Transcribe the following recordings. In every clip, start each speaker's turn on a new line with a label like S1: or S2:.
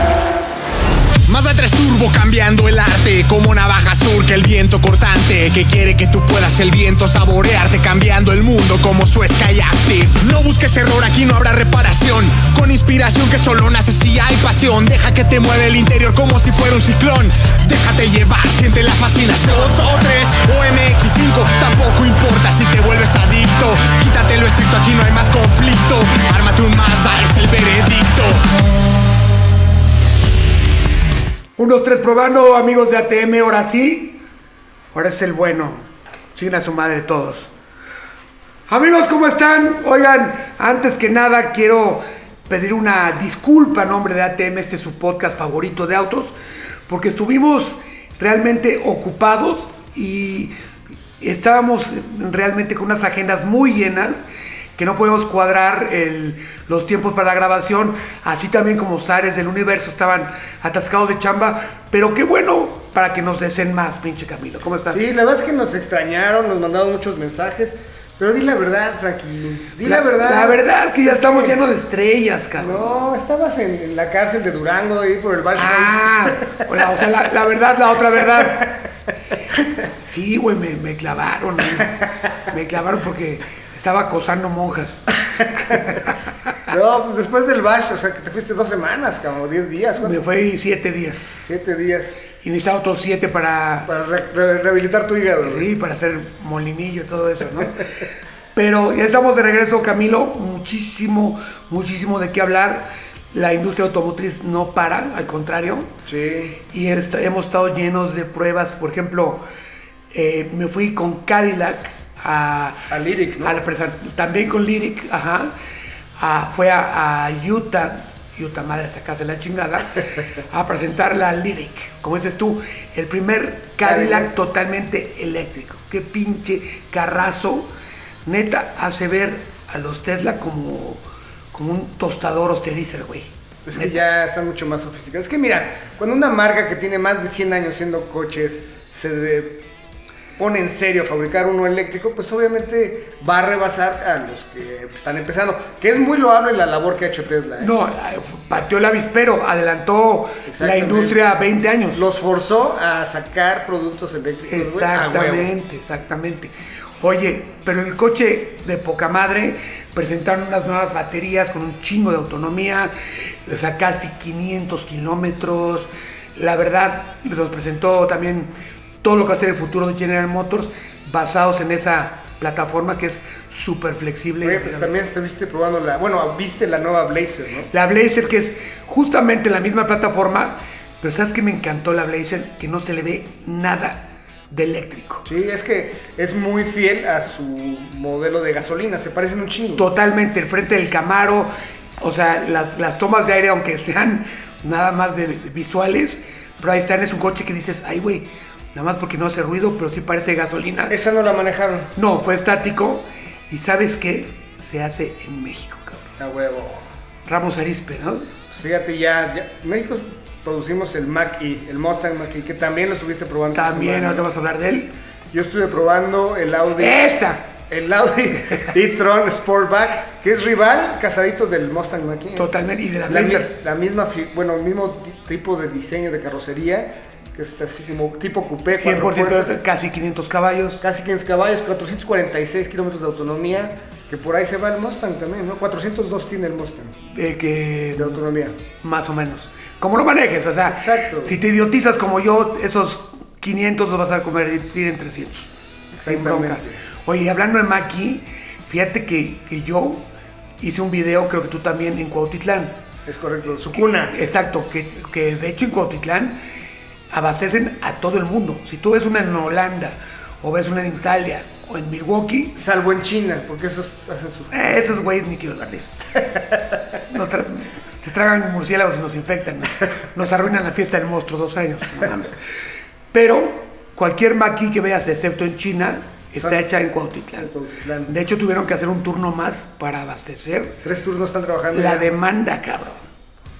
S1: Mazda 3 Turbo cambiando el arte Como navaja surca el viento cortante Que quiere que tú puedas el viento saborearte Cambiando el mundo como su Sky Active No busques error, aquí no habrá reparación Con inspiración que solo nace si hay pasión Deja que te mueva el interior como si fuera un ciclón Déjate llevar, siente la fascinación O 3 o MX5 Tampoco importa si te vuelves adicto Quítate lo estricto, aquí no hay más conflicto Ármate un Mazda, es el veredicto
S2: 1, 3, probando, amigos de ATM, ahora sí. Ahora es el bueno. China su madre todos. Amigos, ¿cómo están? Oigan, antes que nada quiero pedir una disculpa a nombre de ATM, este es su podcast favorito de autos, porque estuvimos realmente ocupados y estábamos realmente con unas agendas muy llenas que no podemos cuadrar el, los tiempos para la grabación, así también como Zares del Universo estaban atascados de chamba, pero qué bueno para que nos desen más, pinche Camilo. ¿Cómo estás?
S3: Sí, la verdad es que nos extrañaron, nos mandaron muchos mensajes, pero di la verdad, Frankie, di la, verdad.
S2: La verdad que ya estamos llenos de estrellas, cabrón.
S3: No, estabas en, en la cárcel de Durango, ahí por el Valle.
S2: Ah, o, la, o sea, la, la verdad, la otra verdad. Sí, güey, me, me clavaron, güey. me clavaron porque estaba acosando monjas.
S3: No, pues después del bash, o sea, que te fuiste dos semanas, como diez días. ¿cuánto?
S2: Me fue siete días.
S3: Siete días
S2: Y necesitaba otros siete para,
S3: para re- re- rehabilitar tu hígado. güey.
S2: sí, para hacer molinillo y todo eso, ¿no? Pero ya estamos de regreso, Camilo. Muchísimo, muchísimo de qué hablar. La industria automotriz no para, al contrario.
S3: Sí.
S2: Y est- hemos estado llenos de pruebas. Por ejemplo, eh, me fui con Cadillac a,
S3: A Lyric, ¿no?
S2: a la presa- también con Lyric, ajá, a- fue a, a Utah, Utah madre hasta casa de la chingada, a presentar la Lyric, como dices tú, el primer Cadillac
S3: Cadillac.
S2: totalmente eléctrico. Qué pinche carrazo, neta, hace ver a los Tesla como, como un tostador osterizer, güey.
S3: Es que
S2: Neta.
S3: ya están mucho más sofisticados. Es que mira, cuando una marca que tiene más de 100 años haciendo coches se de- pone en serio a fabricar uno eléctrico, pues obviamente va a rebasar a los que están empezando. Que es muy loable la labor que ha hecho Tesla. ¿eh?
S2: No, eh, pateó el avispero, adelantó la
S3: Exactamente.
S2: industria 20 años.
S3: Los forzó a sacar productos eléctricos. güey, a huevo.
S2: Exactamente, exactamente. Oye, pero el coche de poca madre presentaron unas nuevas baterías con un chingo de autonomía, o sea, casi 500 kilómetros. La verdad, nos presentó también todo lo que va a ser el futuro de General Motors basados en esa plataforma que es súper flexible.
S3: Oye, pues también estuviste probando la. Bueno, viste la nueva Blazer, ¿no?
S2: La Blazer, que es justamente la misma plataforma, pero ¿sabes que me encantó la Blazer? Que no se le ve nada de eléctrico.
S3: Sí, es que es muy fiel a su modelo de gasolina. Se parecen un chingo.
S2: Totalmente, el frente del Camaro, o sea, las, las tomas de aire, aunque sean nada más de, de visuales, pero ahí están, es un coche que dices, ay, güey, nada más porque no hace ruido, pero sí parece gasolina.
S3: Esa no la manejaron.
S2: No, fue estático, y ¿sabes qué? Se hace en México, cabrón.
S3: A huevo.
S2: Ramos Arispe, ¿no?
S3: Pues fíjate, ya, ya- en México producimos el Mach E, el Mustang Mach E, que también lo estuviste probando. esta
S2: También,
S3: semana.
S2: ahorita ¡Eh! vamos a hablar de él.
S3: Yo estuve probando el Audi.
S2: ¡Esta!
S3: El Audi e-tron Sportback, que es rival casadito del Mustang Mach E.
S2: Totalmente, y de la
S3: La, mi-
S2: Blazer.
S3: la misma, fi- bueno, el mismo ti- tipo de diseño de carrocería, que está así como tipo coupé, cuatro
S2: 100%
S3: puertas,
S2: de- casi 500 caballos.
S3: casi 500 caballos, 446 kilómetros de autonomía, que por ahí se va el Mustang también, ¿no? 402 tiene el Mustang
S2: eh, que
S3: de autonomía.
S2: más o menos. Como lo manejes, o sea,
S3: Exacto.
S2: si te idiotizas como yo, esos 500 los vas a convertir en 300. Sin
S3: Exactamente.
S2: bronca. Oye, y hablando de Maki, fíjate que, que yo hice un video, creo que tú también, en Cuautitlán.
S3: Es correcto, su cuna.
S2: Exacto, que, que de hecho en Cuautitlán abastecen a todo el mundo. Si tú ves una en Holanda, o ves una en Italia, o en Milwaukee,
S3: Salvo en China, porque esos hacen sus...
S2: eh, esos güeyes ni quiero darles. No tra- te tragan murciélagos y nos infectan. Nos, nos arruinan la fiesta del monstruo dos años. no mames. Pero cualquier maquí que veas, excepto en China, está
S3: Son-
S2: hecha en Cuautitlán.
S3: en Cuautitlán.
S2: De hecho, tuvieron que hacer un turno más para abastecer
S3: Tres turnos están trabajando.
S2: la
S3: ya.
S2: demanda, cabrón.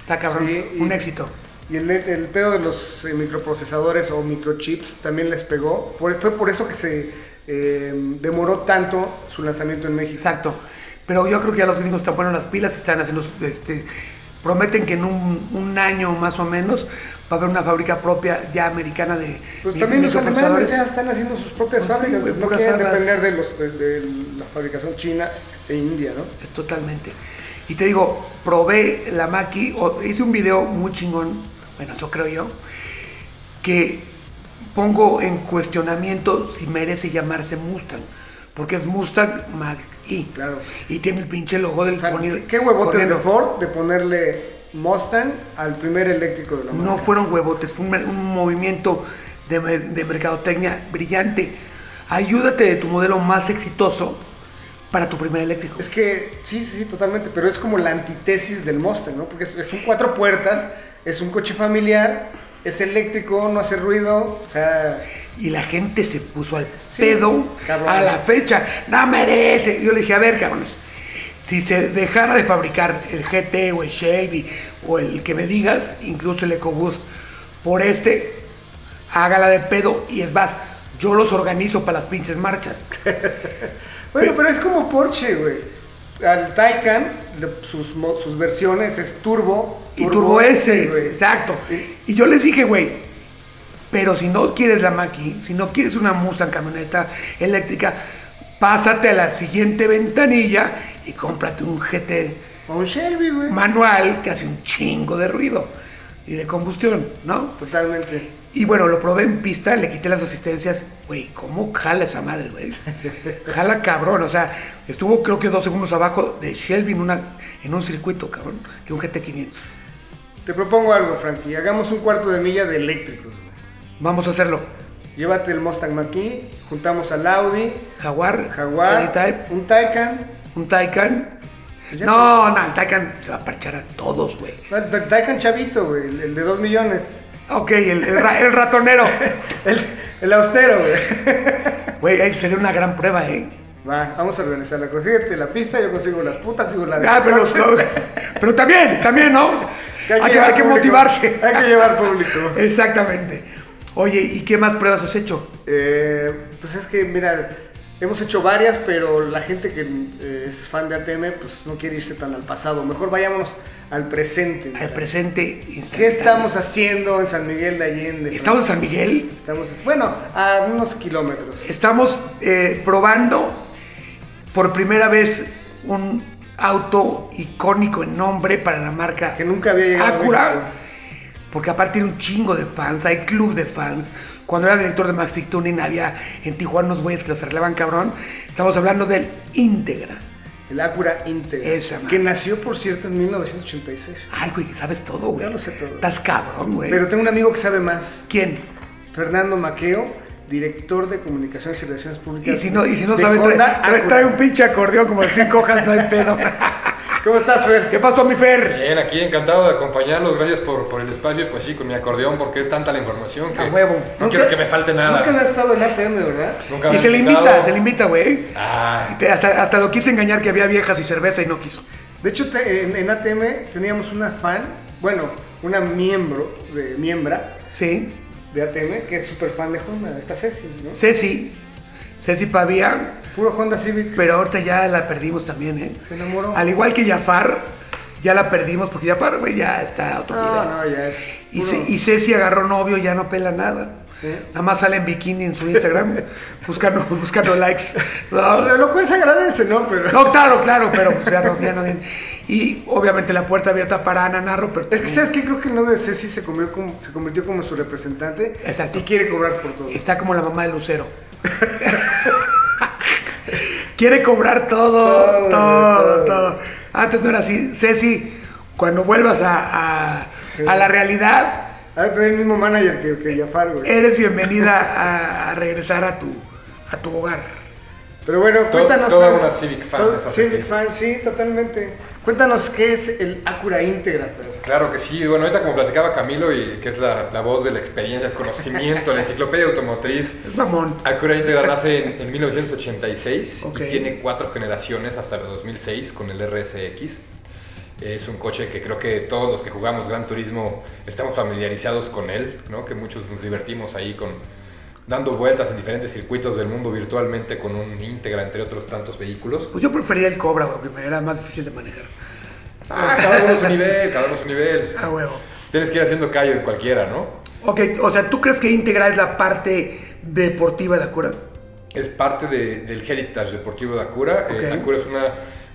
S2: Está cabrón.
S3: Sí, y-
S2: Un éxito.
S3: Y el, el pedo de los eh, microprocesadores o microchips también les pegó. Por- fue por eso que se eh, demoró tanto su lanzamiento en México.
S2: Exacto. Pero yo creo que ya los gringos están poniendo las pilas, están haciendo, este, prometen que en un, un año más o menos va a haber una fábrica propia ya americana de
S3: Pues
S2: mi-
S3: también los alemanes
S2: microprocesadores.
S3: ya están haciendo sus propias
S2: Pues sí,
S3: fábricas,
S2: güey,
S3: no
S2: puras
S3: quieren
S2: armas.
S3: depender de, los, de- de la fabricación china e india, ¿no?
S2: Totalmente. Y te digo, probé la Maki, o- hice un video muy chingón, bueno, eso creo yo, que pongo en cuestionamiento si merece llamarse Mustang, porque es Mustang Mach-E.
S3: Claro.
S2: Y tiene el pinche logo del
S3: O sea,
S2: corrido-
S3: ¿Qué huevotes
S2: corriendo.
S3: de Ford de ponerle Mustang al primer eléctrico de la marca?
S2: No fueron huevotes, fue un, mer- un movimiento de, mer- de mercadotecnia brillante. Ayúdate de tu modelo más exitoso para tu primer eléctrico.
S3: Es que, sí, sí, sí, totalmente, pero es como la antítesis del Mustang, ¿no? Porque es, es un cuatro puertas, es un coche familiar, es eléctrico, no hace ruido, o sea...
S2: Y la gente se puso al
S3: Sí,
S2: pedo
S3: cabrón.
S2: a la fecha. No merece. Yo le dije, a ver, cabrones, si se dejara de fabricar el GT o el Shelby o el que me digas, incluso el EcoBoost, por este, hágala de pedo y es más, yo los organizo para las pinches marchas.
S3: Bueno, pero es como Porsche, güey. Al Taycan, le- sus, mo- sus versiones es turbo.
S2: Y Turbo S,
S3: güey.
S2: exacto.
S3: Sí.
S2: Y yo les dije, güey, pero si no quieres la Maki, si no quieres una Mustang camioneta eléctrica, pásate a la siguiente ventanilla y cómprate un GT
S3: O un Shelby, güey.
S2: manual que hace un chingo de ruido y de combustión, ¿no?
S3: Totalmente.
S2: Y bueno, lo probé en pista, le quité las asistencias. Güey, ¿cómo jala esa madre, güey? Jala cabrón, o sea, estuvo creo que dos segundos abajo de Shelby en, una, en un circuito, cabrón, que un GT500.
S3: Te propongo algo, Frankie. Hagamos un cuarto de milla de eléctricos, güey.
S2: Vamos a hacerlo.
S3: Llévate el Mustang aquí, juntamos al Audi,
S2: Jaguar,
S3: Jaguar,
S2: Type,
S3: un Taycan.
S2: un Taycan.
S3: Ya pues.
S2: No, no, el Taycan se va a parchar a todos, güey.
S3: No, el el Taycan chavito, güey, el, el de 2 millones.
S2: Ok, el, el ra- el ratonero.
S3: El, el austero, güey.
S2: Güey, ahí sería una gran prueba, ¿eh?
S3: Va, vamos a organizar la Consíguete la pista, yo consigo las putas, digo la de
S2: Ah,
S3: los
S2: pero,
S3: coches.
S2: pero también, también, ¿no?
S3: Que
S2: Hay que, hay
S3: llevar
S2: que
S3: público.
S2: motivarse.
S3: Hay que llevar público.
S2: Exactamente. Oye, ¿y qué más pruebas has hecho?
S3: Eh, pues es que, mira, hemos hecho varias, pero la gente que eh, es fan de ATM, pues no quiere irse tan al pasado. Mejor vayámonos al presente.
S2: Al presente instantáneo.
S3: ¿Qué estamos haciendo en San Miguel de Allende?
S2: Estamos en San Miguel.
S3: Estamos, bueno, a unos kilómetros.
S2: Estamos eh, probando por primera vez un auto icónico en nombre para la marca
S3: Que nunca había llegado a
S2: Acura,
S3: México.
S2: porque aparte tiene un chingo de fans, hay club de fans. Cuando era director de Maxi Tuning había en Tijuana unos güeyes que los arreglaban cabrón. Estamos hablando del Integra.
S3: El Acura Integra.
S2: Esa madre.
S3: que nació, por cierto, en 1986.
S2: Ay, güey, sabes todo, güey.
S3: Yo lo sé todo.
S2: Estás cabrón, güey.
S3: Pero tengo un amigo que sabe más.
S2: ¿Quién?
S3: Fernando Maqueo, director de Comunicaciones y Relaciones Públicas.
S2: Y si no, y si no
S3: de
S2: sabe, trae,
S3: Honda
S2: trae-
S3: Acura.
S2: trae un pinche acordeón como de cinco hojas, no hay pedo.
S3: ¿Cómo estás, Fer?
S2: ¿Qué pasó, mi Fer?
S4: Bien, aquí encantado de acompañarlos, gracias por, por el espacio y pues sí, con mi acordeón porque es tanta la información que
S2: A huevo.
S4: no quiero que me falte nada.
S3: Nunca no has estado en ATM, ¿verdad?
S4: Nunca me
S2: Y
S4: han
S2: se le invita,
S4: invitado.
S2: se le invita, güey.
S4: Ah,
S2: Te- Hasta, hasta lo quise engañar que había viejas y cerveza y no quiso.
S3: De hecho, te- en, en ATM teníamos una fan, bueno, una miembro, de miembra
S2: Sí.
S3: de ATM, que es súper fan de Honda, esta Ceci, ¿no?
S2: Ceci, Ceci Pavía,
S3: Puro Honda Civic.
S2: pero ahorita ya la perdimos también, ¿eh?
S3: Se enamoró.
S2: Al igual que Jafar, ya la perdimos porque Jafar, güey, ya está a otro
S3: No,
S2: nivel.
S3: Ah, no, ya es.
S2: Y,
S3: puro-
S2: Ce- y Ceci agarró novio, ya no pela nada.
S3: Sí.
S2: Nada más sale en bikini en su Instagram buscando, buscando likes. No.
S3: Pero lo cual se agradece, ¿no? Pero...
S2: No, claro, claro, pero pues, ya no, ya no bien. Y obviamente la puerta abierta para Ana Narro, pero
S3: Es que, ¿sabes qué? Creo que el novio de Ceci se convirtió como, se convirtió como su representante
S2: Exacto.
S3: y quiere cobrar por todo.
S2: Está como la mamá de Lucero. Quiere cobrar todo,
S3: Todo,
S2: todo,
S3: todo.
S2: todo. Antes no era así. Ceci, cuando vuelvas a, a-
S3: Sí.
S2: a la realidad,
S3: Ha de tener el mismo manager que, que Jafar, güey.
S2: eres bienvenida a, a regresar a tu, a tu hogar.
S3: Pero bueno,
S4: To-
S3: cuéntanos.
S4: toda
S3: Fer.
S4: una Civic fan,
S3: To-
S4: esa
S3: Civic
S4: Ceci.
S3: fan, sí, totalmente. Cuéntanos qué es el Acura íntegra, Fer.
S4: claro que sí, bueno, ahorita como platicaba Camilo y que es la, la voz de la experiencia, el conocimiento, la enciclopedia automotriz.
S2: Es mamón.
S4: Acura Integra nace en, en 1986
S2: Ok.
S4: y tiene cuatro generaciones hasta el 2006 con el RSX. Es un coche que creo que todos los que jugamos Gran Turismo estamos familiarizados con él, ¿no? Que muchos nos divertimos ahí con dando vueltas en diferentes circuitos del mundo virtualmente con un Integra entre otros tantos vehículos.
S2: Pues yo prefería el Cobra, porque me era más difícil de manejar.
S4: Ah, cada uno su nivel, cada uno su nivel.
S2: A huevo.
S4: Tienes que ir haciendo callo en cualquiera, ¿no?
S2: Ok, o sea, ¿tú crees que Integra es la parte deportiva de Acura?
S4: Es parte de- del heritage deportivo de Acura. Eh,
S2: Ok.
S4: Acura es una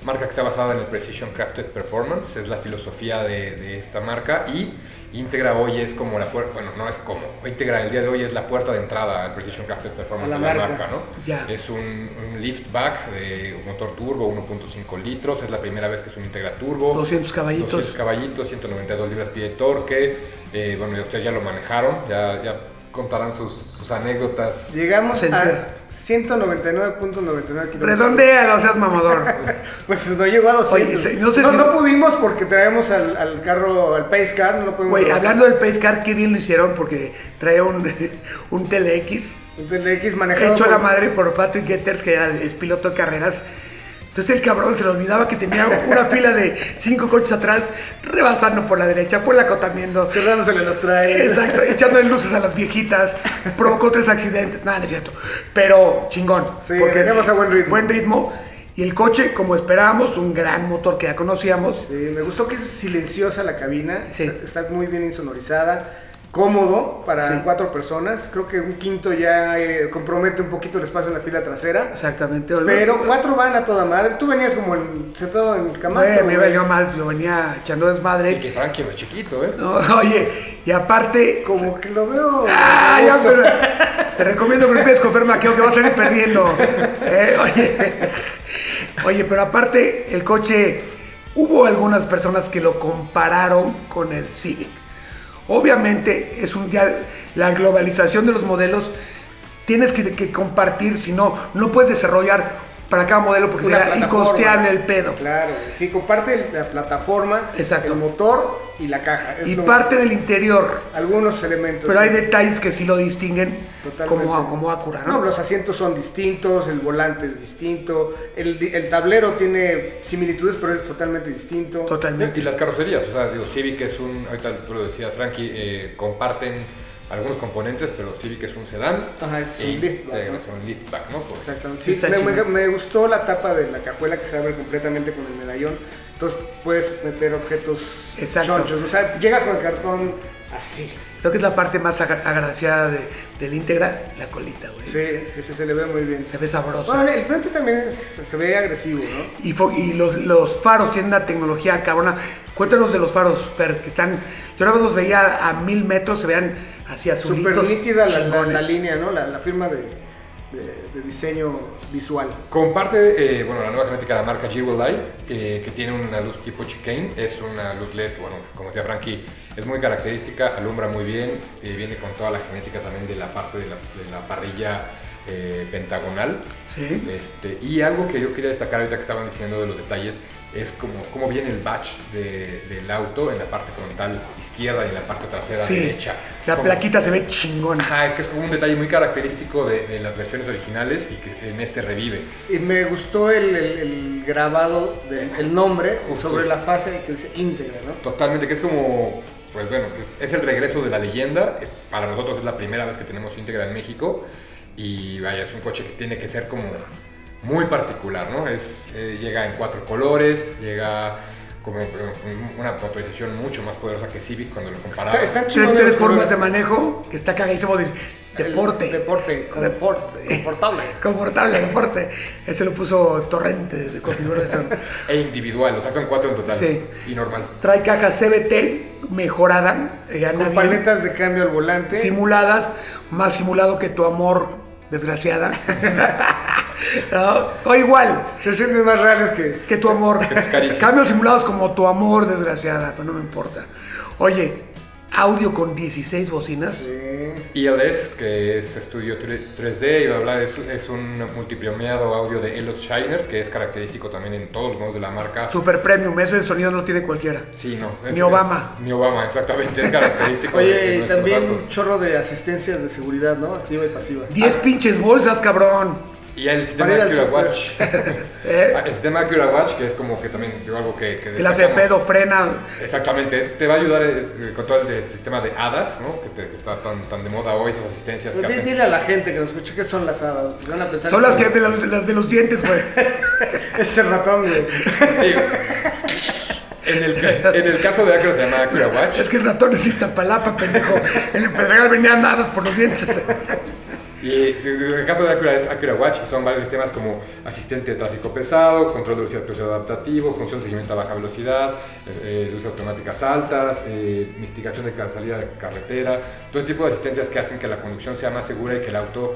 S4: marca que está basada en el Precision Crafted Performance, es la filosofía de, de esta marca y Integra hoy es como la puerta, bueno, no es como, Integra el día de hoy es la puerta de entrada al Precision Crafted Performance
S3: A
S4: de
S3: la
S4: la
S3: marca.
S4: marca, ¿no?
S2: Ya.
S4: Es un, un liftback de un motor turbo, 1.5 litros, es la primera vez que es un Integra turbo.
S2: 200 caballitos.
S4: 200 caballitos, 192 libras pie de torque. Eh, bueno, ya ustedes ya lo manejaron, ya, ya contarán sus, sus anécdotas.
S3: Llegamos
S2: Se entera.
S3: a 199.99 kilómetros.
S2: Redondea, no seas mamador.
S3: Pues no llegó a 200.
S2: Oye, se- no
S3: no,
S2: sé si-
S3: no pudimos porque traemos al, al carro, al Pace Car, no lo pudimos.
S2: Güey,
S3: pasar.
S2: hablando del pescar, qué bien lo hicieron porque traía un, un TLX
S3: Del X manejado.
S2: hecho a
S3: por-
S2: la madre por Patrick Getters, que era, es piloto de carreras. Entonces el cabrón se le olvidaba que tenía una fila de cinco coches atrás, rebasando por la derecha, por la acotamiento.
S3: Cerrándosele los trae.
S2: Exacto, echándole luces a las viejitas, provocó tres accidentes, nada, no es cierto, pero chingón,
S3: Sí, veníamos a buen ritmo.
S2: buen ritmo, y el coche, como esperábamos, un gran motor que ya conocíamos,
S3: Eh, me gustó que es silenciosa la cabina.
S2: Sí.
S3: Está, está muy bien insonorizada. Cómodo para
S2: Sí.
S3: cuatro personas. Creo que un quinto ya eh, compromete un poquito el espacio en la fila trasera.
S2: exactamente,
S3: Pero cuatro van a toda madre. Tú venías como en- sentado en el
S2: Güey,
S3: camastro.
S2: me
S3: güey.
S2: valió más, yo venía echando
S4: Y
S2: desmadre,
S4: que Frankie no es chiquito, ¿eh?
S2: No, oye, y aparte,
S3: Como que lo veo.
S2: Ah, ya,
S3: gusto.
S2: pero te recomiendo que no empieces con Fer Maqueo, que vas a salir perdiendo. Eh, oye, oye, pero aparte, el coche, hubo algunas personas que lo compararon con el Civic. Obviamente, es un ya, la globalización de los modelos, tienes que, que compartir, si no, no puedes desarrollar para cada modelo porque
S3: Una
S2: será
S3: plataforma.
S2: incosteable el pedo.
S3: Claro, sí, comparte la plataforma,
S2: Exacto.
S3: el motor y la caja. es
S2: Y
S3: lo-
S2: parte del interior,
S3: Algunos elementos.
S2: pero hay
S3: sí.
S2: detalles que sí lo distinguen
S3: Totalmente.
S2: como, como Acura, ¿no?
S3: No, los asientos son distintos, el volante es distinto, el, di- el tablero tiene similitudes, pero es totalmente distinto.
S2: Totalmente.
S4: Y las carrocerías, o sea, digo, Civic es un, ahorita tú lo decías, Frankie, eh, comparten algunos componentes, pero Civic es un sedán.
S3: Ajá, es un
S4: y
S3: liftback,
S4: Integra
S3: ¿no?
S4: es un liftback, ¿no? Por-
S3: Exactamente.
S2: Sí,
S3: Sí,
S2: está
S3: me, me-
S2: chido.
S3: me gustó la tapa de la cajuela que se abre completamente con el medallón. Entonces puedes meter objetos
S2: Exacto.
S3: chonchos. O sea, llegas con el cartón así.
S2: Creo que es la parte más agra- agraciada de, del íntegra, la colita, güey.
S3: Sí, sí, sí, se le ve muy bien.
S2: Se ve sabrosa.
S3: Bueno, el frente también es- se ve agresivo, ¿no?
S2: Y, fo- y los, los faros tienen una tecnología cabrona. Cuéntanos de los faros, Fer, que están. Yo nada más los veía a mil metros, se vean así azulitos.
S3: Súper nítida la, la-
S2: chingones.
S3: la línea, ¿no? La, la firma de, de- de diseño visual.
S4: Comparte, eh, bueno, la nueva genética de la marca Jewelite, eh, que tiene una luz tipo chicane, es una luz LED, bueno, como decía Frankie, es muy característica, alumbra muy bien, eh, viene con toda la genética también de la parte de la, de la parrilla eh, pentagonal.
S2: Sí.
S4: Este, y algo que yo quería destacar ahorita que estaban diciendo de los detalles es como cómo viene el batch de- del auto en la parte frontal izquierda y en la parte trasera
S2: Sí.
S4: derecha.
S2: La
S4: Como-
S2: plaquita se ve chingona.
S4: Ajá, es que es como un detalle muy característico de, de las versiones originales y que en este revive.
S3: Y me gustó el, el- el grabado del el nombre
S4: Justo.
S3: sobre la fase que dice íntegra, ¿no?
S4: Totalmente, que es como, pues bueno, es, es el regreso de la leyenda. eh, Para nosotros es la primera vez que tenemos Integra en México. Y vaya, es un coche que tiene que ser como muy particular, ¿no? Es, eh, llega en cuatro colores, llega como eh, un- una motorización mucho más poderosa que Civic cuando lo comparamos.
S3: Está- están
S2: Tres,
S3: chingones
S2: tres
S3: los
S2: formas
S3: colores.
S2: de manejo que está cagadísimo. de-
S3: El
S2: Deporte.
S3: Deporte, confort, confortable.
S2: Confortable, deporte. Ese lo puso Torrente de configuración.
S4: E individual, o sea, son cuatro en total.
S2: Sí.
S4: Y normal.
S2: Trae caja CBT mejorada, eh, anda bien,
S3: Con paletas de cambio al volante.
S2: simuladas, más simulado que tu amor, desgraciada. No, O igual
S3: se sienten más reales que.
S2: que tu amor.
S4: tus caricias.
S2: Cambios simulados como tu amor, desgraciada, pero no me importa. Oye, audio con 16 bocinas.
S4: ELS, que es estudio 3D, y bla, bla, es, es un multipremiado audio de Elos Shiner, que es característico también en todos los modos de la marca.
S2: Super premium, ese sonido no tiene cualquiera.
S4: Sí, no.
S2: Ni Obama.
S4: es- ni Obama, exactamente. Es característico. de- de
S3: Oye, y
S4: nuestros
S3: también
S4: datos.
S3: un chorro de asistencias de seguridad, ¿no? Activa y pasiva.
S2: 10 pinches bolsas, cabrón.
S4: Y el sistema
S2: Para ir al súper.
S4: Acura Watch. Ah, El sistema Acura Watch, que es como que también digo, algo que. que
S2: Clase de
S4: destacamos.
S2: pedo, frena.
S4: Exactamente, te va a ayudar eh, con todo el, de- sistema de hadas, ¿no? Que, te- que está tan, tan de moda hoy, esas asistencias que
S3: Pues di-
S4: hacen.
S3: Dile a la gente que nos escuche que son las hadas. porque Van a pensar
S2: Son las que de los, las de los dientes, güey.
S3: Es el ratón, güey.
S4: Digo, en, el, ca- en el caso de Acura se llama Acura Watch.
S2: Es que el ratón es Iztapalapa, pendejo. En el Pedregal venían hadas por los dientes.
S4: Y eh, en el caso de Acura es Acura Watch, son varios sistemas como asistente de tráfico pesado, control de velocidad crucero adaptativo, función de seguimiento a baja velocidad, eh, eh, luces automáticas altas, eh, mitigación de ca- salida de carretera, todo tipo de asistencias que hacen que la conducción sea más segura y que el auto,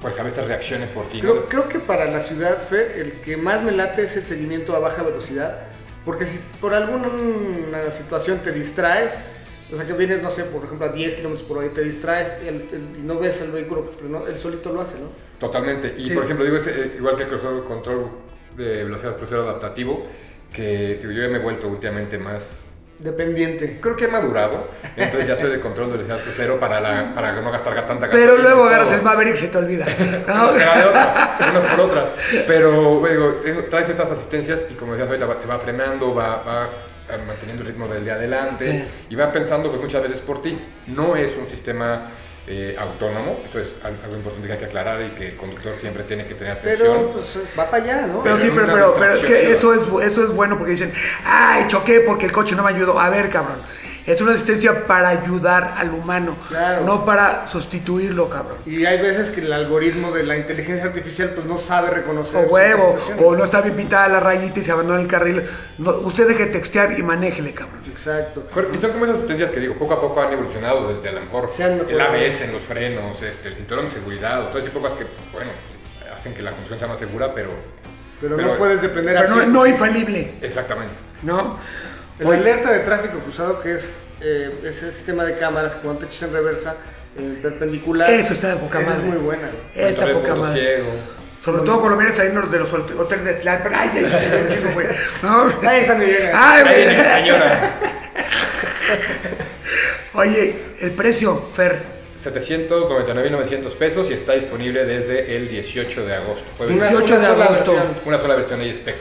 S4: pues a veces reaccione por ti. ¿no?
S3: Creo, creo que para la ciudad, Fer, el que más me late es el seguimiento a baja velocidad. Porque si por alguna situación te distraes, o sea que vienes, no sé, por ejemplo, a 10 kilómetros por ahí, te distraes el- el- y no ves el vehículo que frenó, él solito lo hace, ¿no?
S4: Totalmente. Y
S2: Sí.
S4: por ejemplo, digo, es, eh, igual que el crucero- control de velocidad crucero adaptativo, que digo, yo ya me he vuelto últimamente más.
S3: Dependiente.
S4: Creo que he madurado, entonces ya soy de control de velocidad crucero para, la, para no gastar tanta gasolina
S2: Pero
S4: y
S2: luego
S4: todo.
S2: agarras el Maverick y se te olvida.
S4: O sea, de
S2: ¿No?
S4: otra, unas por otras. Pero güey, digo, tengo- traes esas asistencias y como decías ahorita, va- se va frenando, va, va, eh, manteniendo el ritmo del de adelante
S2: Sí.
S4: y va pensando pues, muchas veces por ti. No es un sistema eh, autónomo, eso es al- algo importante que hay que aclarar y que el conductor siempre tiene que tener atención.
S3: Pero pues va para allá, ¿no?
S2: Pero sí, pero, pero, pero es que eso es, eso es bueno porque dicen, ay, choqué porque el coche no me ayudó. A ver, cabrón. Es una asistencia para ayudar al humano,
S3: Claro.
S2: no para sustituirlo, cabrón.
S3: Y hay veces que el algoritmo de la inteligencia artificial pues no sabe reconocer.
S2: O
S3: esas
S2: huevo,
S3: situaciones.
S2: o no está bien pintada la rayita y se abandona el carril. No, usted deje de textear y manéjele, cabrón.
S3: Exacto.
S4: Correcto, Y son como esas asistencias que digo, poco a poco han evolucionado desde a lo mejor
S3: Se han
S4: el
S3: mejorado.
S4: ABS en los frenos, este, el cinturón de seguridad, o todo ese tipo de cosas que, bueno, hacen que la conducción sea más segura, pero...
S3: Pero, no puedes depender
S2: Pero no,
S3: así.
S2: no infalible,
S4: Exactamente.
S2: ¿no?
S3: El
S2: Oye,
S3: alerta de tráfico cruzado, que es eh, ese sistema de cámaras que cuando te echas en reversa, eh, perpendicular.
S2: Eso está de poca
S3: Esa
S2: madre.
S3: Es muy buena. güey.
S2: Esta
S4: Control de
S2: poca
S4: punto
S2: madre.
S4: ciego.
S2: Sobre todo cuando vienes saliendo de los hot- hoteles de Tlalpan. Ay, ay, ay, ay, chico, güey. No.
S3: Ahí está mi vieja.
S2: Ay,
S4: Ahí viene
S2: güey.
S4: esa señora.
S2: Oye, el precio, Fer.
S4: 799.900 pesos y está disponible desde el 18 de agosto. Puedes
S3: Una-
S2: 18 de
S3: una sola
S2: agosto.
S3: versión.
S4: una sola versión ahí spec.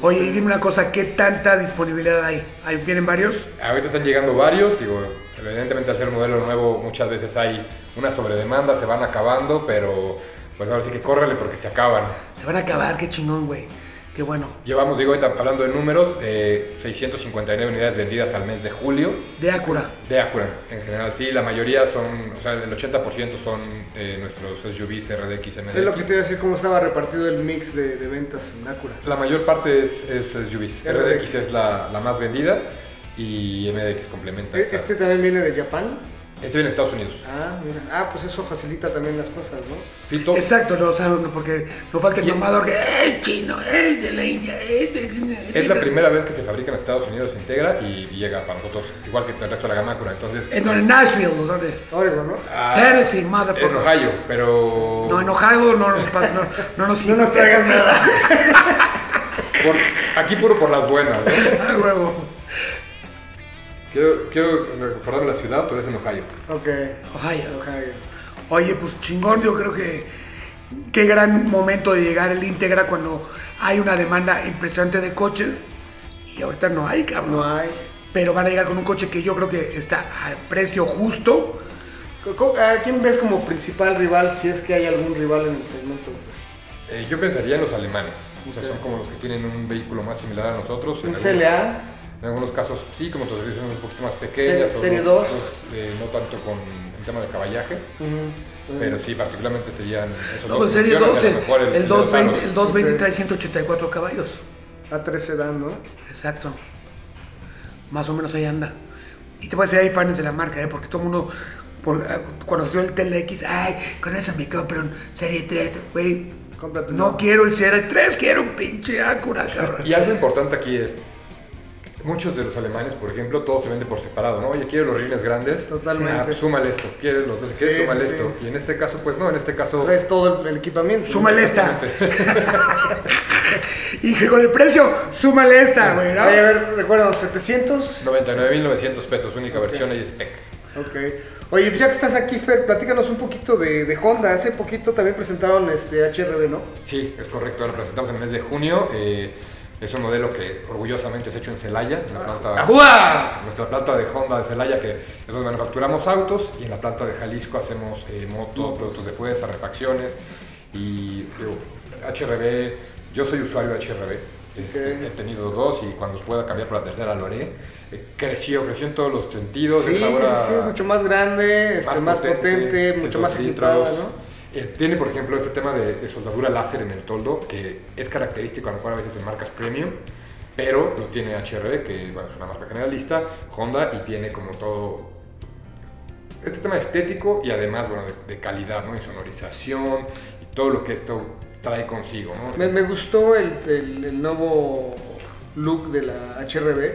S2: Oye, y dime una cosa, ¿qué tanta disponibilidad hay? ¿Ahí vienen varios?
S4: Ahorita están llegando varios, digo, evidentemente al ser un modelo nuevo muchas veces hay una sobredemanda, se van acabando, pero pues ahora sí que córrele porque se acaban.
S2: Se van a acabar, qué chingón, güey. Qué bueno.
S4: Llevamos, digo, ahorita hablando de números, eh, 659 unidades vendidas al mes de julio
S2: De Acura.
S4: de Acura. En general, sí, la mayoría son, o sea, el 80% son eh, nuestros SUVs RDX,
S3: Es
S4: MDX.
S3: lo que te iba a decir, cómo estaba repartido el mix de, de ventas en Acura.
S4: La mayor parte es, es SUVs.
S3: RDX.
S4: RDX, es la, la más vendida y MDX complementa.
S3: E-
S4: esta.
S3: Este también viene de Japón.
S4: Este viene de Estados Unidos.
S3: Ah, mira. Ah, pues eso facilita también las cosas, ¿no?
S4: Sí, todo-
S2: Exacto, no, o sea, no, porque no falta el
S4: Y-
S2: mamador que, ¡eh, chino! ¡eh, de la India! ¡eh, de la India!
S4: Es la primera vez que se fabrica en Estados Unidos, se integra y, y llega para nosotros, igual que el resto de la gama Acura. Entonces,
S2: ¿En donde? Nashville, Eh, ¿no? ¿dónde?
S3: Oregon, ¿no?
S4: ah,
S2: Tennessee,
S4: en
S2: motherfucker.
S4: Ohio, pero...
S2: No, en Ohio no nos pasa, no, no nos
S3: No nos traigas nada.
S4: por- aquí puro por las buenas, ¿no?
S2: Ah, huevo.
S4: Quiero, quiero recordarme la ciudad, pero es en Ohio.
S3: Ok.
S2: Ohio.
S3: Ohio.
S2: Oye, pues chingón, yo creo que qué gran momento de llegar el íntegra cuando hay una demanda impresionante de coches y ahorita no hay, cabrón.
S3: No hay.
S2: Pero van a llegar con un coche que yo creo que está al precio justo.
S3: Co- co- ¿A quién ves como principal rival si es que hay algún rival en el segmento?
S4: Eh, yo pensaría en los alemanes. O sea, son como los que tienen un vehículo más similar a nosotros. en
S2: Pues
S3: Un
S4: algunos-
S3: CLA.
S4: En algunos casos sí, como te dicen, un poquito más pequeñas.
S3: Se-
S4: o
S3: serie
S4: no-
S3: dos.
S4: eh, no tanto con el tema de caballaje, pero sí, particularmente serían esos
S2: No,
S4: dos
S2: en serio,
S4: opciones,
S2: dos,
S4: a lo
S2: el,
S4: mejor
S2: el
S4: de
S2: 220, el
S4: los
S2: 220
S3: Ok.
S2: trae 184 caballos.
S3: A3 Sedan, ¿no?
S2: Exacto. Más o menos ahí anda. Y te voy a decir, hay fans de la marca, ¿eh? porque todo el mundo por- ah, cuando salió el TLX, ay, con eso me compro un Serie 3, güey.
S3: Cómprate
S2: No
S3: uno.
S2: quiero el Serie 3, quiero un pinche Acura, cabrón.
S4: Y algo importante aquí es, muchos de los alemanes, por ejemplo, todo se vende por separado, ¿no? Oye, quiero los rines grandes,
S3: Totalmente.
S4: Ah, pues, súmale esto, quieres los dos, quieres
S3: Sí,
S4: súmale
S3: sí,
S4: esto. Y en este caso, pues no, en este caso...
S3: Traes todo el, el equipamiento.
S2: Súmale esta.
S4: Exactamente.
S2: Y que con el precio, súmale esta, güey,
S3: Oye, a
S2: ¿no?
S3: ver, recuerda, 700.
S4: 99.900 pesos, única versión y spec.
S3: Ok. Oye, pues ya que estás aquí, Fer, platícanos un poquito de, de Honda. Hace poquito también presentaron este HRB, ¿no?
S4: Sí, es correcto, lo presentamos en el mes de junio. eh, es un modelo que orgullosamente es hecho en Celaya,
S3: Ah,
S4: en la planta, nuestra planta de Honda de Celaya, que es donde manufacturamos autos, y en la planta de Jalisco hacemos eh, motos, productos de fuerza, refacciones. Y digo, HRB, yo soy usuario de HRB. este,
S3: Ok.
S4: he tenido dos y cuando pueda cambiar por la tercera lo haré. Eh, creció, creció en todos los sentidos.
S3: Sí,
S4: es ahora
S3: sí, es mucho más grande, este, más, potente, mucho
S4: dos
S3: más equipada,
S4: litros.
S3: ¿no?
S4: Eh, tiene, por ejemplo, este tema de, de soldadura láser en el toldo, que es característico a lo mejor a veces en marcas premium, pero lo tiene HRB, que bueno, es una marca generalista, Honda, y tiene como todo este tema estético y además, bueno, de, de calidad, ¿no? Y sonorización y todo lo que esto trae consigo, ¿no?
S3: Me, me gustó el, el- el nuevo look de la HRB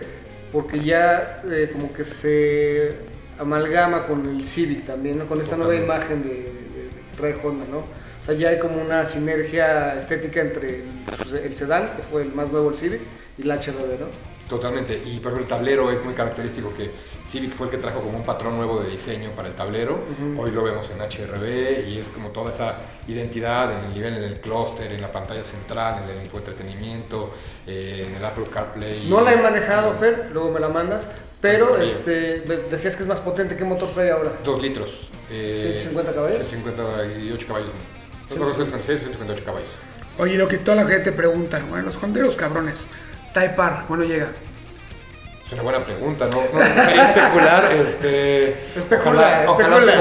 S3: porque ya eh, como que se amalgama con el Civic también, ¿no? Con esta nueva
S4: Totalmente.
S3: imagen de, de- que trae Honda, ¿no? O sea, ya hay como una sinergia estética entre el, pues, el sedán, que fue el más nuevo, el Civic, y la HRB, ¿no?
S4: Totalmente, y por ejemplo el tablero es muy característico que Civic fue el que trajo como un patrón nuevo de diseño para el tablero, hoy lo vemos en HRB y es como toda esa identidad en el nivel, en el clúster, en la pantalla central, en el infoentretenimiento, eh, en el Apple CarPlay.
S3: No la he manejado, Fer, luego me la mandas, pero
S4: Bien.
S3: este, de- decías que es más potente, ¿qué motor trae ahora?
S4: Dos litros. eh,
S3: 150 caballos.
S4: 158 caballos. No me acuerdo si es 156 o 158 caballos.
S2: Oye, lo que toda la gente pregunta, bueno, los honderos cabrones, Taipar, bueno llega.
S4: Es una buena pregunta, ¿no? No quería especular, este...
S3: Especula,
S4: Ojalá,
S3: especula.
S4: se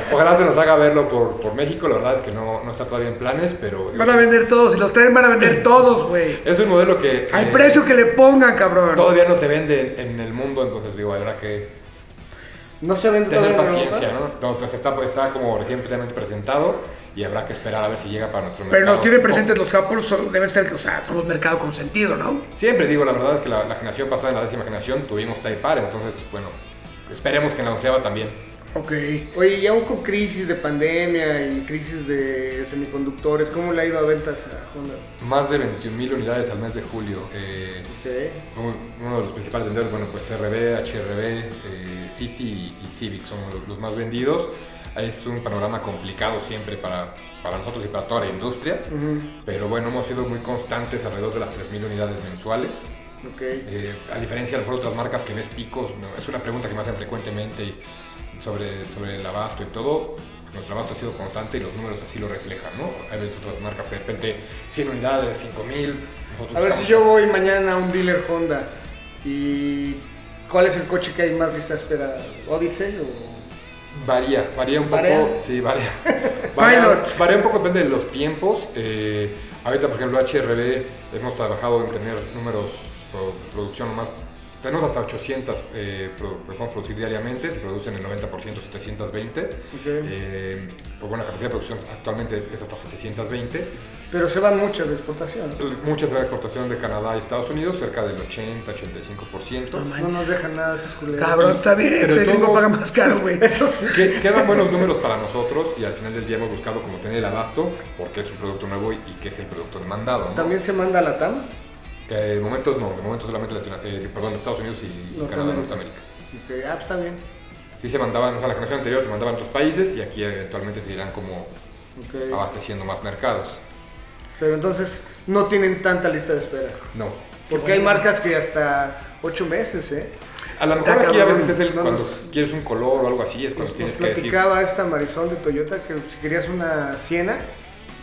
S4: nos- ojalá se nos haga verlo por, por México, la verdad es que no, no está todavía en planes, pero...
S2: Van a vender todos, y los traen van a vender todos, güey.
S4: Es un modelo que...
S2: Al
S4: eh,
S2: precio que le pongan, cabrón.
S4: Todavía no se vende en, en el mundo, entonces digo, habrá que
S3: No se vende
S4: tener
S3: todavía en Europa.
S4: paciencia, ¿no? No, Entonces está, pues, está como recién plenamente presentado y habrá que esperar a ver si llega para nuestro mercado.
S2: Pero nos tienen presentes los Japos, son- debe ser que, o sea, somos mercado consentido, ¿no?
S4: Siempre digo, la verdad es que la, la generación pasada, en la décima generación, tuvimos Taipar, entonces, bueno, esperemos que en la onceava también.
S2: Ok.
S3: Oye, y aún con crisis de pandemia y crisis de semiconductores, ¿cómo le ha ido a ventas a Honda?
S4: Más de 21.000 unidades al mes de julio. eh, Un- Uno de los principales vendedores, bueno, pues RB, HRB, eh, City y, y Civic son los, los más vendidos. Es un panorama complicado siempre para, para nosotros y para toda la industria, pero bueno, hemos sido muy constantes alrededor de las 3.000 unidades mensuales.
S3: Ok.
S4: Eh, a diferencia de a lo mejor otras marcas que ves picos, no, es una pregunta que me hacen frecuentemente y sobre, sobre el abasto y todo. Nuestro abasto ha sido constante y los números así lo reflejan, ¿no? Hay veces otras marcas que de repente 100 unidades, 5000. nosotros
S3: A ver, si
S4: estamos-
S3: yo voy mañana a un dealer Honda y ¿cuál es el coche que hay más lista de espera? ¿Odyssey o...?
S4: Varía, varía un
S3: ¿Varía?
S4: poco. Sí, varía. Varía-
S2: Pilot.
S4: Varía un poco, depende de los tiempos. Eh, ahorita, por ejemplo, HRB hemos trabajado en tener números pro- producción más. Tenemos hasta 800 eh, pro- que podemos producir diariamente, se producen el 90%, 720. Eh, pues bueno, la capacidad de producción actualmente es hasta 720.
S3: Pero se van muchas de exportación.
S4: Muchas de la exportación de Canadá y Estados Unidos, cerca del 80, 85%.
S2: No manches.
S3: No nos dejan nada estos culeros.
S2: Cabrón, está bien,
S4: Pero
S2: el gringo
S4: todos-
S2: paga más caro, güey.
S3: Eso sí.
S4: Que- quedan buenos números para nosotros y al final del día hemos buscado como tener el abasto porque es un producto nuevo y, y que es el producto demandado. ¿no?
S3: ¿También se manda a la TAM?
S4: Que de momento no, de momento solamente Latino- eh, perdón, Estados Unidos y
S3: Norteamérica.
S4: Canadá, Norteamérica.
S3: Ok, ah, pues está bien.
S4: Sí se mandaban, o sea, la generación anterior se mandaban a otros países y aquí eventualmente se irán como
S2: Ah,
S3: Ok.
S4: abasteciendo más mercados.
S3: Pero entonces no tienen tanta lista de espera.
S4: No.
S3: Porque hay marcas que hasta ocho meses, ¿eh?
S4: A lo
S2: Está
S4: mejor aquí a
S2: cabrón,
S4: veces es el
S3: no
S4: cuando
S3: nos-
S4: quieres un color o algo así, es
S3: Nos,
S4: cuando
S3: nos
S4: Pues tienes que decir.
S3: platicaba esta Marisol de Toyota que si querías una Siena,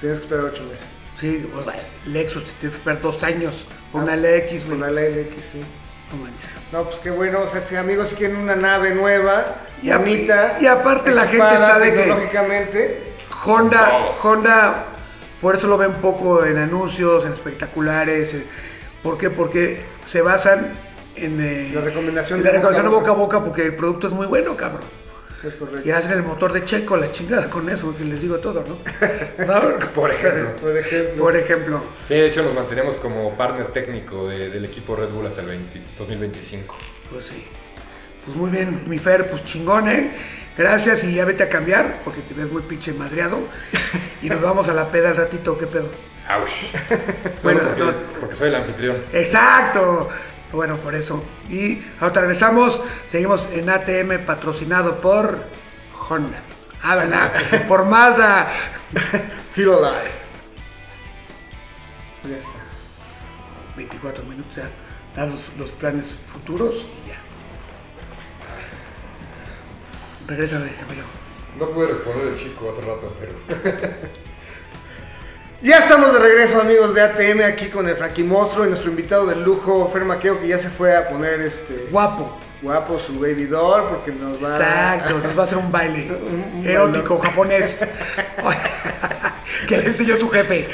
S3: tenías que esperar 8 meses.
S2: Sí, pues, güey, Lexus, te tienes que esperar dos años por
S3: Ah,
S2: una LX, güey.
S3: Con la LX, sí.
S2: No manches.
S3: No, pues qué bueno, o sea, si amigos quieren una nave nueva,
S2: Y a-
S3: bonita.
S2: y aparte la gente
S3: equipada
S2: sabe que-
S3: tecnológicamente,
S2: Honda,
S4: Todo.
S2: Honda, por eso lo ven poco en anuncios, en espectaculares. en- ¿Por qué? Porque se basan en eh,
S3: La recomendación
S2: en la
S3: de boca a
S2: recomendación de boca
S3: boca.
S2: a boca porque el producto es muy bueno, cabrón.
S3: es correcto.
S2: Y hacen el motor de Checo, la chingada con eso, que les digo todo, ¿no? ¿No?
S4: Por ejemplo.
S3: Por ejemplo,
S2: Por ejemplo.
S4: Sí, de hecho nos mantenemos como partner técnico de- del equipo Red Bull hasta el 20 2025.
S2: Pues sí. Pues muy bien, mi Fer, pues chingón, ¿eh? Gracias y ya vete a cambiar porque te ves muy pinche madreado. Y nos vamos a la peda al ratito, ¿qué pedo?
S4: Ouch. Solo
S2: Bueno,
S4: porque,
S2: no.
S4: porque soy el anfitrión.
S2: Exacto. Bueno, por eso. Y ahora regresamos. Seguimos en ATM patrocinado por Honda. Ah, ¿verdad? por Mazda.
S3: Feel Alive.
S2: Ya está. 24 minutos ya. Dar los, los planes futuros y ya. Regrésame, Camilo.
S4: No pude responder el chico hace rato, pero.
S3: ya estamos de regreso, amigos de ATM, aquí con el Frankie Monstruo y nuestro invitado de lujo, Fer Maqueo, que ya se fue a poner este.
S2: Guapo.
S3: Guapo su baby doll, porque nos va.
S2: Exacto, nos va a hacer un baile un erótico japonés. que le enseñó su jefe.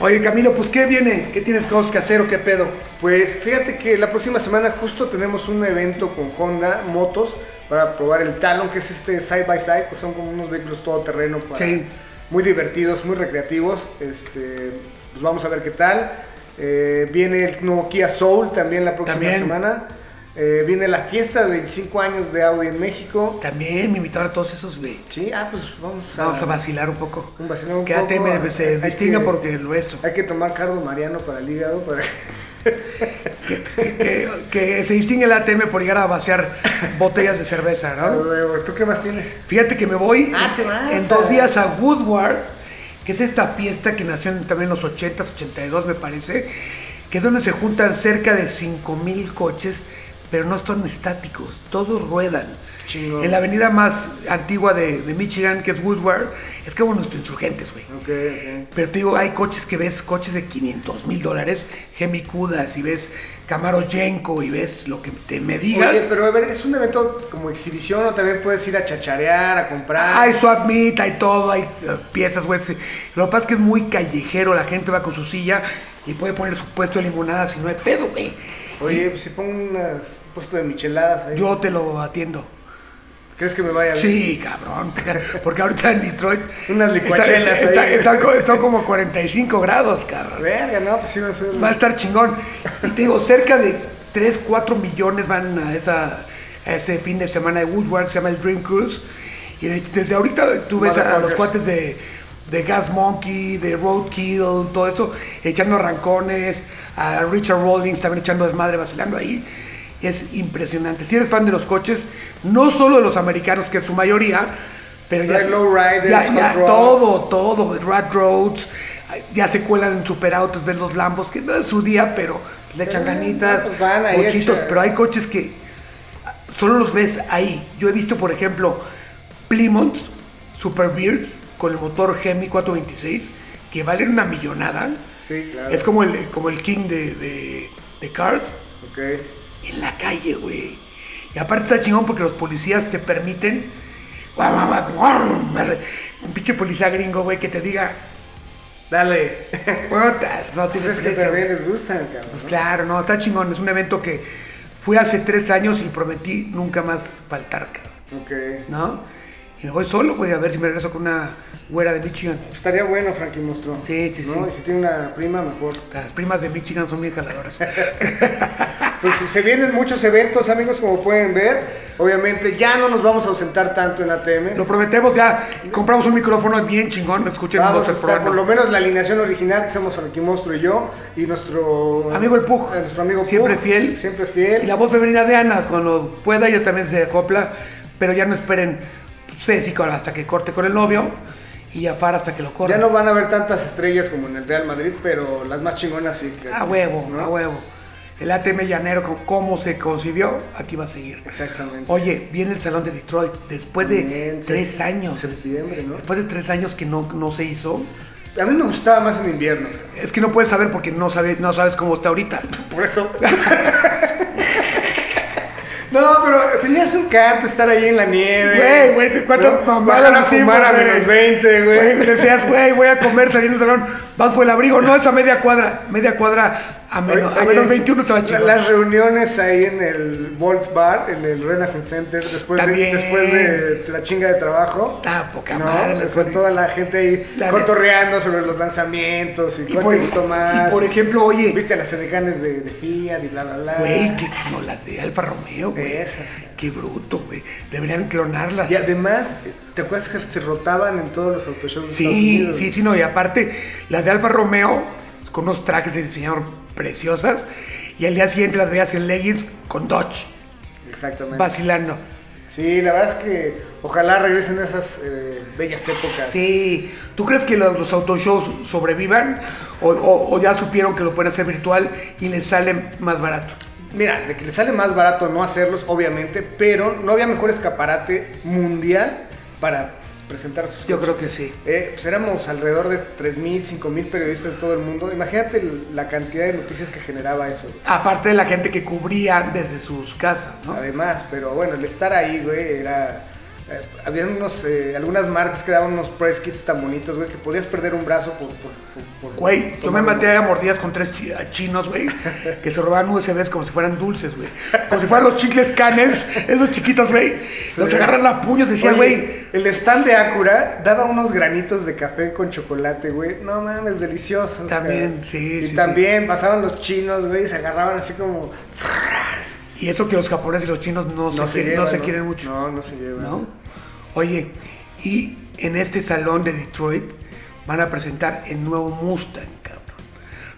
S2: Oye, Camilo, pues ¿qué viene? ¿Qué tienes cosas que hacer o qué pedo?
S3: Pues fíjate que la próxima semana justo tenemos un evento con Honda Motos para probar el Talon, que es este side by side, que son como unos vehículos todoterreno para,
S2: sí.
S3: muy divertidos, muy recreativos. Este, pues vamos a ver qué tal. Eh, viene el nuevo Kia Soul también la próxima
S2: También.
S3: semana. Eh, viene la fiesta de 25 años de Audi en México.
S2: También me invitaron a todos esos, güey.
S3: Sí, ah, pues vamos a,
S2: Vamos a vacilar un poco.
S3: un vacilón un
S2: Que ATM
S3: poco.
S2: se
S3: Hay
S2: distinga
S3: que-
S2: porque lo es.
S3: Hay que tomar cardo mariano para el hígado. Para...
S2: Que, que- que se distingue el ATM por llegar a vaciar botellas de cerveza,
S3: A
S2: ¿no?
S3: ver, ¿Tú qué más tienes?
S2: Fíjate que me voy
S3: Ah, te vas.
S2: en dos días a Woodward, que es esta fiesta que nació en también los 80s, 82 me parece, que es donde se juntan cerca de 5000 coches, pero no son estáticos, todos ruedan.
S3: Chingón.
S2: En la avenida más antigua de, de Michigan, que es Woodward, es como nuestros insurgentes, güey.
S3: Ok, ok.
S2: Pero te digo, hay coches que ves, coches de 500 mil dólares, Gemicudas, y ves Camaro Yenko, y ves lo que te me digas.
S3: Oye, pero a ver, ¿es un evento como exhibición o también puedes ir a chacharear, a comprar?
S2: Hay swap meet, hay todo, hay eh, piezas, güey. Sí. Lo que pasa es que es muy callejero, la gente va con su silla y puede poner su puesto de limonada si no hay pedo, güey.
S3: Oye, pues si pongo unas puesto de micheladas ahí.
S2: Yo te lo atiendo.
S3: ¿Crees que me vaya bien?
S2: Sí, cabrón. Porque ahorita en Detroit.
S3: Unas licuachelas
S2: está- está-
S3: ahí.
S2: está co- son como 45 grados, cabrón.
S3: Verga, no, pues sí, no sé.
S2: Va a estar chingón. Y te digo, cerca de 3, 4 millones van a, esa, a ese fin de semana de Woodward, se llama el Dream Cruise. Y de- desde ahorita tú ves a, a los
S3: Motherfuckers.
S2: cuates de, de Gas Monkey, de Roadkill, todo eso, echando rancones, a Richard Rawlings también echando desmadre, vacilando ahí. Es impresionante. Si eres fan de los coches, no solo de los americanos, que es su mayoría, pero ya,
S3: Hay lowriders,
S2: ya, ya
S3: hot rods.
S2: todo, todo, Rat Roads, ya se cuelan en superautos, ven los Lambos, que no es su día, pero le echan
S3: Eh,
S2: ganitas,
S3: pues van ahí a
S2: cochitos,
S3: echar.
S2: pero hay coches que solo los ves ahí. Yo he visto, por ejemplo, Plymouth Superbirds con el motor Hemi 426, que valen una millonada.
S3: Sí, claro.
S2: Es como el, como el king de, de, de Cars
S3: Ok.
S2: en la calle, güey. Y aparte está chingón porque los policías te permiten. guau, guau, guau, como, "Arr", arre. Un pinche policía gringo, güey, que te diga,
S3: Dale.
S2: "Putas, no tienes
S3: Pues es que
S2: precio".
S3: también les gustan, cabrón.
S2: Pues claro, no, está chingón. Es un evento que fui hace tres años y prometí nunca más faltar, cabrón,
S3: ¿no? Ok.
S2: ¿no? Y me voy solo, güey, a ver si me regreso con una güera de Michigan.
S3: Pues estaría bueno, Frankie Monstruo.
S2: Sí, sí,
S3: ¿No?
S2: sí.
S3: Y si tiene una prima, mejor.
S2: Las primas de Michigan son bien jaladoras.
S3: Pues se vienen muchos eventos, amigos, como pueden ver. Obviamente ya no nos vamos a ausentar tanto en ATM.
S2: Lo prometemos ya. Compramos un micrófono bien chingón. Escuchen
S3: Vamos
S2: dos
S3: a
S2: el
S3: estar por
S2: programa.
S3: lo menos la alineación original, que somos Frankie Monstruo y yo, y nuestro
S2: Amigo el Pug.
S3: eh, nuestro amigo
S2: Siempre
S3: Pug,
S2: fiel.
S3: siempre
S2: Y
S3: fiel.
S2: la voz femenina de Ana, cuando pueda, ella también se acopla, pero ya no esperen Ceci con- hasta que corte con el novio y a Far hasta que lo corte.
S3: Ya no van a ver tantas estrellas como en el Real Madrid, pero las más chingonas sí. que-
S2: A huevo,
S3: ¿no?
S2: a huevo. El ATM llanero, co- cómo se concibió, aquí va a seguir.
S3: Exactamente.
S2: Oye, viene el Salón de Detroit, después de
S3: También,
S2: tres
S3: sí,
S2: años.
S3: septiembre, ¿no?
S2: Después de tres años que no, no se hizo.
S3: A mí me gustaba más en invierno.
S2: Es que no puedes saber porque no sabes, no sabes cómo está ahorita.
S3: Por eso. No, pero tenías un canto estar ahí en la nieve.
S2: Güey, güey, ¿cuántas
S3: Pero
S2: mamadas
S3: bajar a
S2: así,
S3: fumar a
S2: güey?
S3: menos 20,
S2: Güey,
S3: güey.
S2: Decías, güey, voy a comer saliendo del salón, vas por el abrigo, no es a media cuadra, media cuadra a menos, a
S3: Oye,
S2: menos 21 estaba
S3: la-
S2: chido.
S3: Las reuniones ahí en el Volt Bar, en el Renaissance Center, después, de,
S2: También.
S3: después de la chinga de trabajo.
S2: Ah, poca
S3: no,
S2: madre,
S3: Pues
S2: las
S3: Con
S2: reuniones.
S3: toda la gente ahí
S2: La neta.
S3: cotorreando sobre los lanzamientos y,
S2: Y
S3: cuál
S2: por
S3: te
S2: ej-
S3: gustó más.
S2: y por ejemplo, oye-
S3: Viste a las edecanes de, de Fiat y bla, bla, bla.
S2: Güey, que no, las de Alfa Romeo, güey.
S3: Esas.
S2: Qué bruto, güey. Deberían clonarlas.
S3: Y además, ¿te acuerdas que se rotaban en todos los autoshows de Estados
S2: Sí,
S3: Unidos?
S2: sí, sí, no. Y aparte, las de Alfa Romeo, con unos trajes de diseñador preciosas. y al día siguiente las veías en leggings con Dodge,
S3: Exactamente.
S2: vacilando.
S3: Sí, la verdad es que ojalá regresen esas eh, bellas épocas.
S2: Sí, ¿tú crees que los, los autoshows sobrevivan o, o- o ya supieron que lo pueden hacer virtual y les sale más barato?
S3: Mira, de que le sale más barato no hacerlos, obviamente, pero no había mejor escaparate mundial para presentar sus
S2: Yo
S3: coches.
S2: creo que sí.
S3: Eh, pues éramos alrededor de 3.000, 5.000 periodistas de todo el mundo. Imagínate el- la cantidad de noticias que generaba eso. güey.
S2: Aparte de la gente que cubría desde sus casas, ¿no?
S3: Además, pero bueno, el estar ahí, güey, era... eh, había unos, eh, algunas marcas que daban unos press kits tan bonitos, güey, que podías perder un brazo por... por, por- por
S2: Güey, yo me
S3: tomar uno.
S2: maté a mordidas con tres chi- chinos, güey, que se robaban USBs como si fueran dulces, güey. Como si fueran los chicles canels, esos chiquitos, güey. Los
S3: Sí.
S2: agarran a puños, decían,
S3: Oye,
S2: güey.
S3: El stand de Acura daba unos granitos de café con chocolate, güey. No mames, delicioso.
S2: También,
S3: o sea.
S2: sí,
S3: Y
S2: sí,
S3: también pasaban los chinos, güey, y se agarraban así como.
S2: Y eso que los japoneses y los chinos no, se, quieren- no
S3: llevan,
S2: se quieren mucho,
S3: No, no se llevan.
S2: ¿no? Oye, y en este salón de Detroit van a presentar el nuevo Mustang, cabrón.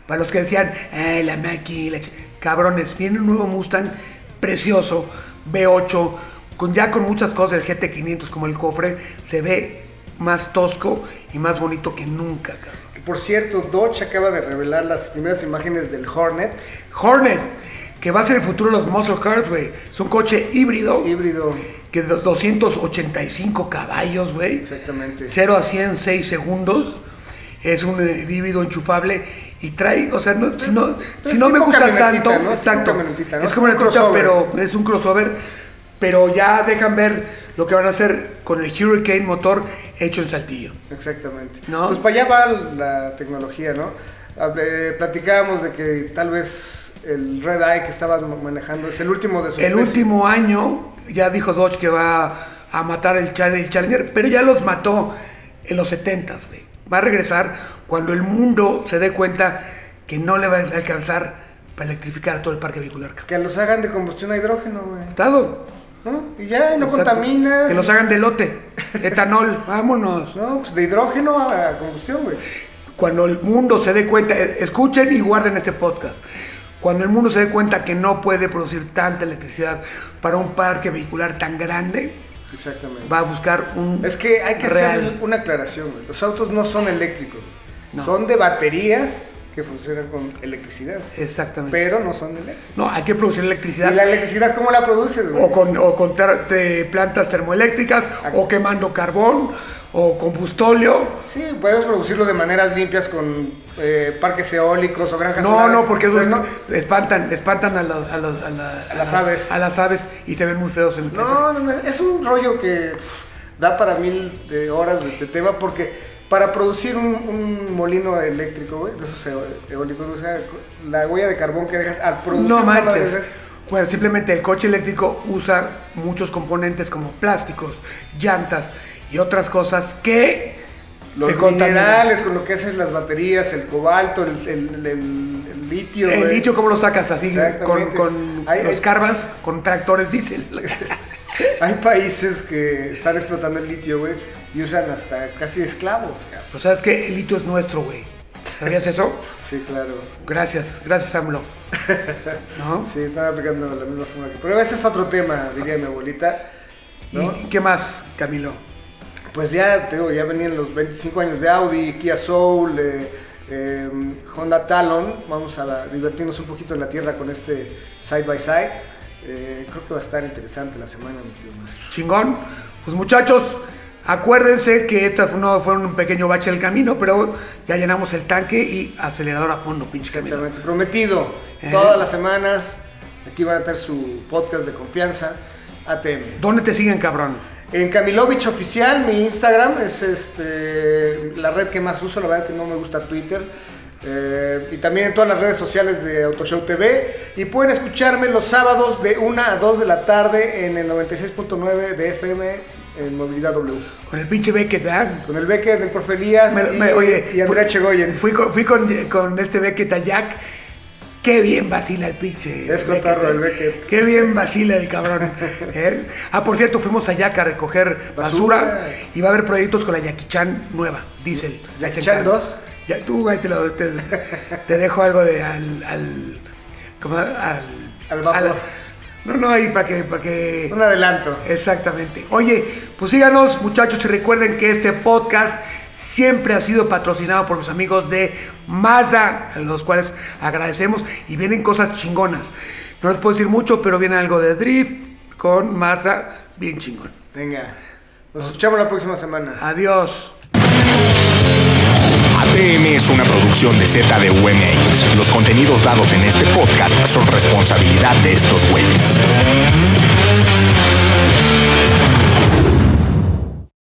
S2: Para los que decían, ay, la Maki, la ch-". cabrones, viene un nuevo Mustang precioso, V8, con ya con muchas cosas del GT500 como el cofre, se ve más tosco y más bonito que nunca, cabrón.
S3: Que, por cierto, Dodge acaba de revelar las primeras imágenes del Hornet
S2: Hornet, que va a ser el futuro de los muscle cars, güey. Es un coche híbrido.
S3: híbrido.
S2: que de 285 caballos, güey.
S3: Exactamente.
S2: 0 a 100 en 6 segundos. Es un eh, híbrido enchufable y trae, o sea, no, si no, si no me
S3: tipo
S2: gusta
S3: camionetita,
S2: tanto,
S3: ¿no? Es tipo
S2: exacto.
S3: camionetita, ¿no?
S2: Es como una
S3: Un
S2: tuta,
S3: crossover.
S2: pero es un crossover, pero ya dejan ver lo que van a hacer con el Hurricane motor hecho en Saltillo.
S3: Exactamente.
S2: ¿No?
S3: Pues para allá va la tecnología, ¿no? Hable- platicábamos de que tal vez el Red Eye que estabas manejando es el último de su
S2: El
S3: especie.
S2: último año ya dijo Dodge que va a matar el, Chal- el Challenger, pero ya los mató en los 70, güey. Va a regresar cuando el mundo se dé cuenta que no le va a alcanzar para electrificar todo el parque vehicular. cabrón.
S3: Que los hagan de combustión a hidrógeno, güey.
S2: ¿Estado?
S3: ¿No? Y ya, y no
S2: Exacto.
S3: contaminas.
S2: Que los hagan de lote, etanol, vámonos.
S3: No, pues de hidrógeno a combustión, güey.
S2: Cuando el mundo se dé cuenta, eh, escuchen y guarden este podcast. Cuando el mundo se dé cuenta que no puede producir tanta electricidad para un parque vehicular tan grande,
S3: Exactamente.
S2: va a buscar un
S3: Es que hay que
S2: real.
S3: hacer una aclaración, güey. Los autos no son eléctricos. güey.
S2: No.
S3: Son de baterías que funcionan con electricidad.
S2: Exactamente.
S3: Pero no son eléctricos.
S2: no, hay que producir
S3: ¿Y
S2: electricidad
S3: la electricidad cómo la produces, güey?
S2: o con, o con ter- te- plantas termoeléctricas o quemando carbón o combustóleo.
S3: Sí, puedes producirlo de maneras limpias con eh, parques eólicos o granjas
S2: No,
S3: solares.
S2: no, porque
S3: Pero
S2: esos
S3: pues, no.
S2: espantan, espantan a, los- a los- a la- a
S3: las
S2: la-
S3: aves.
S2: A las aves y se ven muy feos en el paisaje.
S3: No, no, no, es un rollo que pff, da para mil de horas de, de tema porque para producir un, un molino eléctrico, güey, de esos eo- eólicos, o sea, la huella de carbón que dejas al producir
S2: No
S3: una madre de
S2: manches.
S3: esas,
S2: Bueno, simplemente el coche eléctrico usa muchos componentes como plásticos, llantas y otras cosas que
S3: los
S2: se contaminan.
S3: minerales con lo que haces las baterías, el cobalto, el, el- el- el litio,
S2: El
S3: güey.
S2: litio, ¿cómo lo sacas? Así, con,
S3: Exactamente.
S2: con
S3: Hay-
S2: los
S3: hay-
S2: carbas, con tractores diésel.
S3: Hay países que están explotando el litio, güey, y usan hasta casi esclavos, cabrón.
S2: Pero sabes que el litio es nuestro, güey. ¿Sabías eso?
S3: Sí, claro.
S2: Gracias, gracias, AMLO. ¿No?
S3: Sí, están aplicando de la misma forma que. Pero ese es otro tema, diría mi abuelita. ¿no?
S2: ¿Y qué más, Camilo?
S3: Pues ya, te digo, ya venían los 25 años de Audi, Kia Soul, eh, eh, Honda Talon. Vamos a la- divertirnos un poquito en la tierra con este side by side. Eh, creo que va a estar interesante la semana, mi querido maestro.
S2: Chingón. Pues muchachos, acuérdense que esta fue- no fue un pequeño bache del camino, pero ya llenamos el tanque y acelerador a fondo, pinche camino.
S3: Exactamente, prometido.
S2: Ajá.
S3: Todas las semanas aquí van a tener su podcast de confianza, ATM.
S2: ¿Dónde te siguen, cabrón?
S3: En Camilovich Oficial, mi Instagram es este, la red que más uso, la verdad que no me gusta Twitter. Eh, y también en todas las redes sociales de Autoshow TV. Y pueden escucharme los sábados de 1 a 2 de la tarde en el 96.9 de FM en Movilidad W.
S2: Con el pinche Beckett, ¿verdad?
S3: Con el Becker, el Profe Elías
S2: Me-
S3: y,
S2: me- oye,
S3: y Andrea
S2: fui-
S3: Chegoyen.
S2: Fui con, fui con, con este Beckett a Jack. Qué bien vacila el pinche. ¿eh?
S3: Es cotarro el Beckett.
S2: Qué bien vacila el cabrón. ¿eh? Ah, por cierto, fuimos a Jack a recoger basura.
S3: Basura.
S2: y va a haber proyectos con la Jackie Chan nueva, diésel. Ahí te
S3: Chan
S2: encargo.
S3: dos?
S2: Ya, tú, ahí te, lo- te- te dejo algo de, al, al, como al,
S3: Al vapor.
S2: al- no, no, ahí para que, para que
S3: Un adelanto.
S2: Exactamente. Oye, pues síganos muchachos y recuerden que este podcast siempre ha sido patrocinado por mis amigos de Mazda, a los cuales agradecemos y vienen cosas chingonas. No les puedo decir mucho, pero viene algo de drift con Mazda, bien chingón.
S3: Venga. Nos escuchamos la próxima semana.
S2: Adiós.
S1: ATM es una producción de ZDUMX. Los contenidos dados en este podcast son responsabilidad de estos güeyes.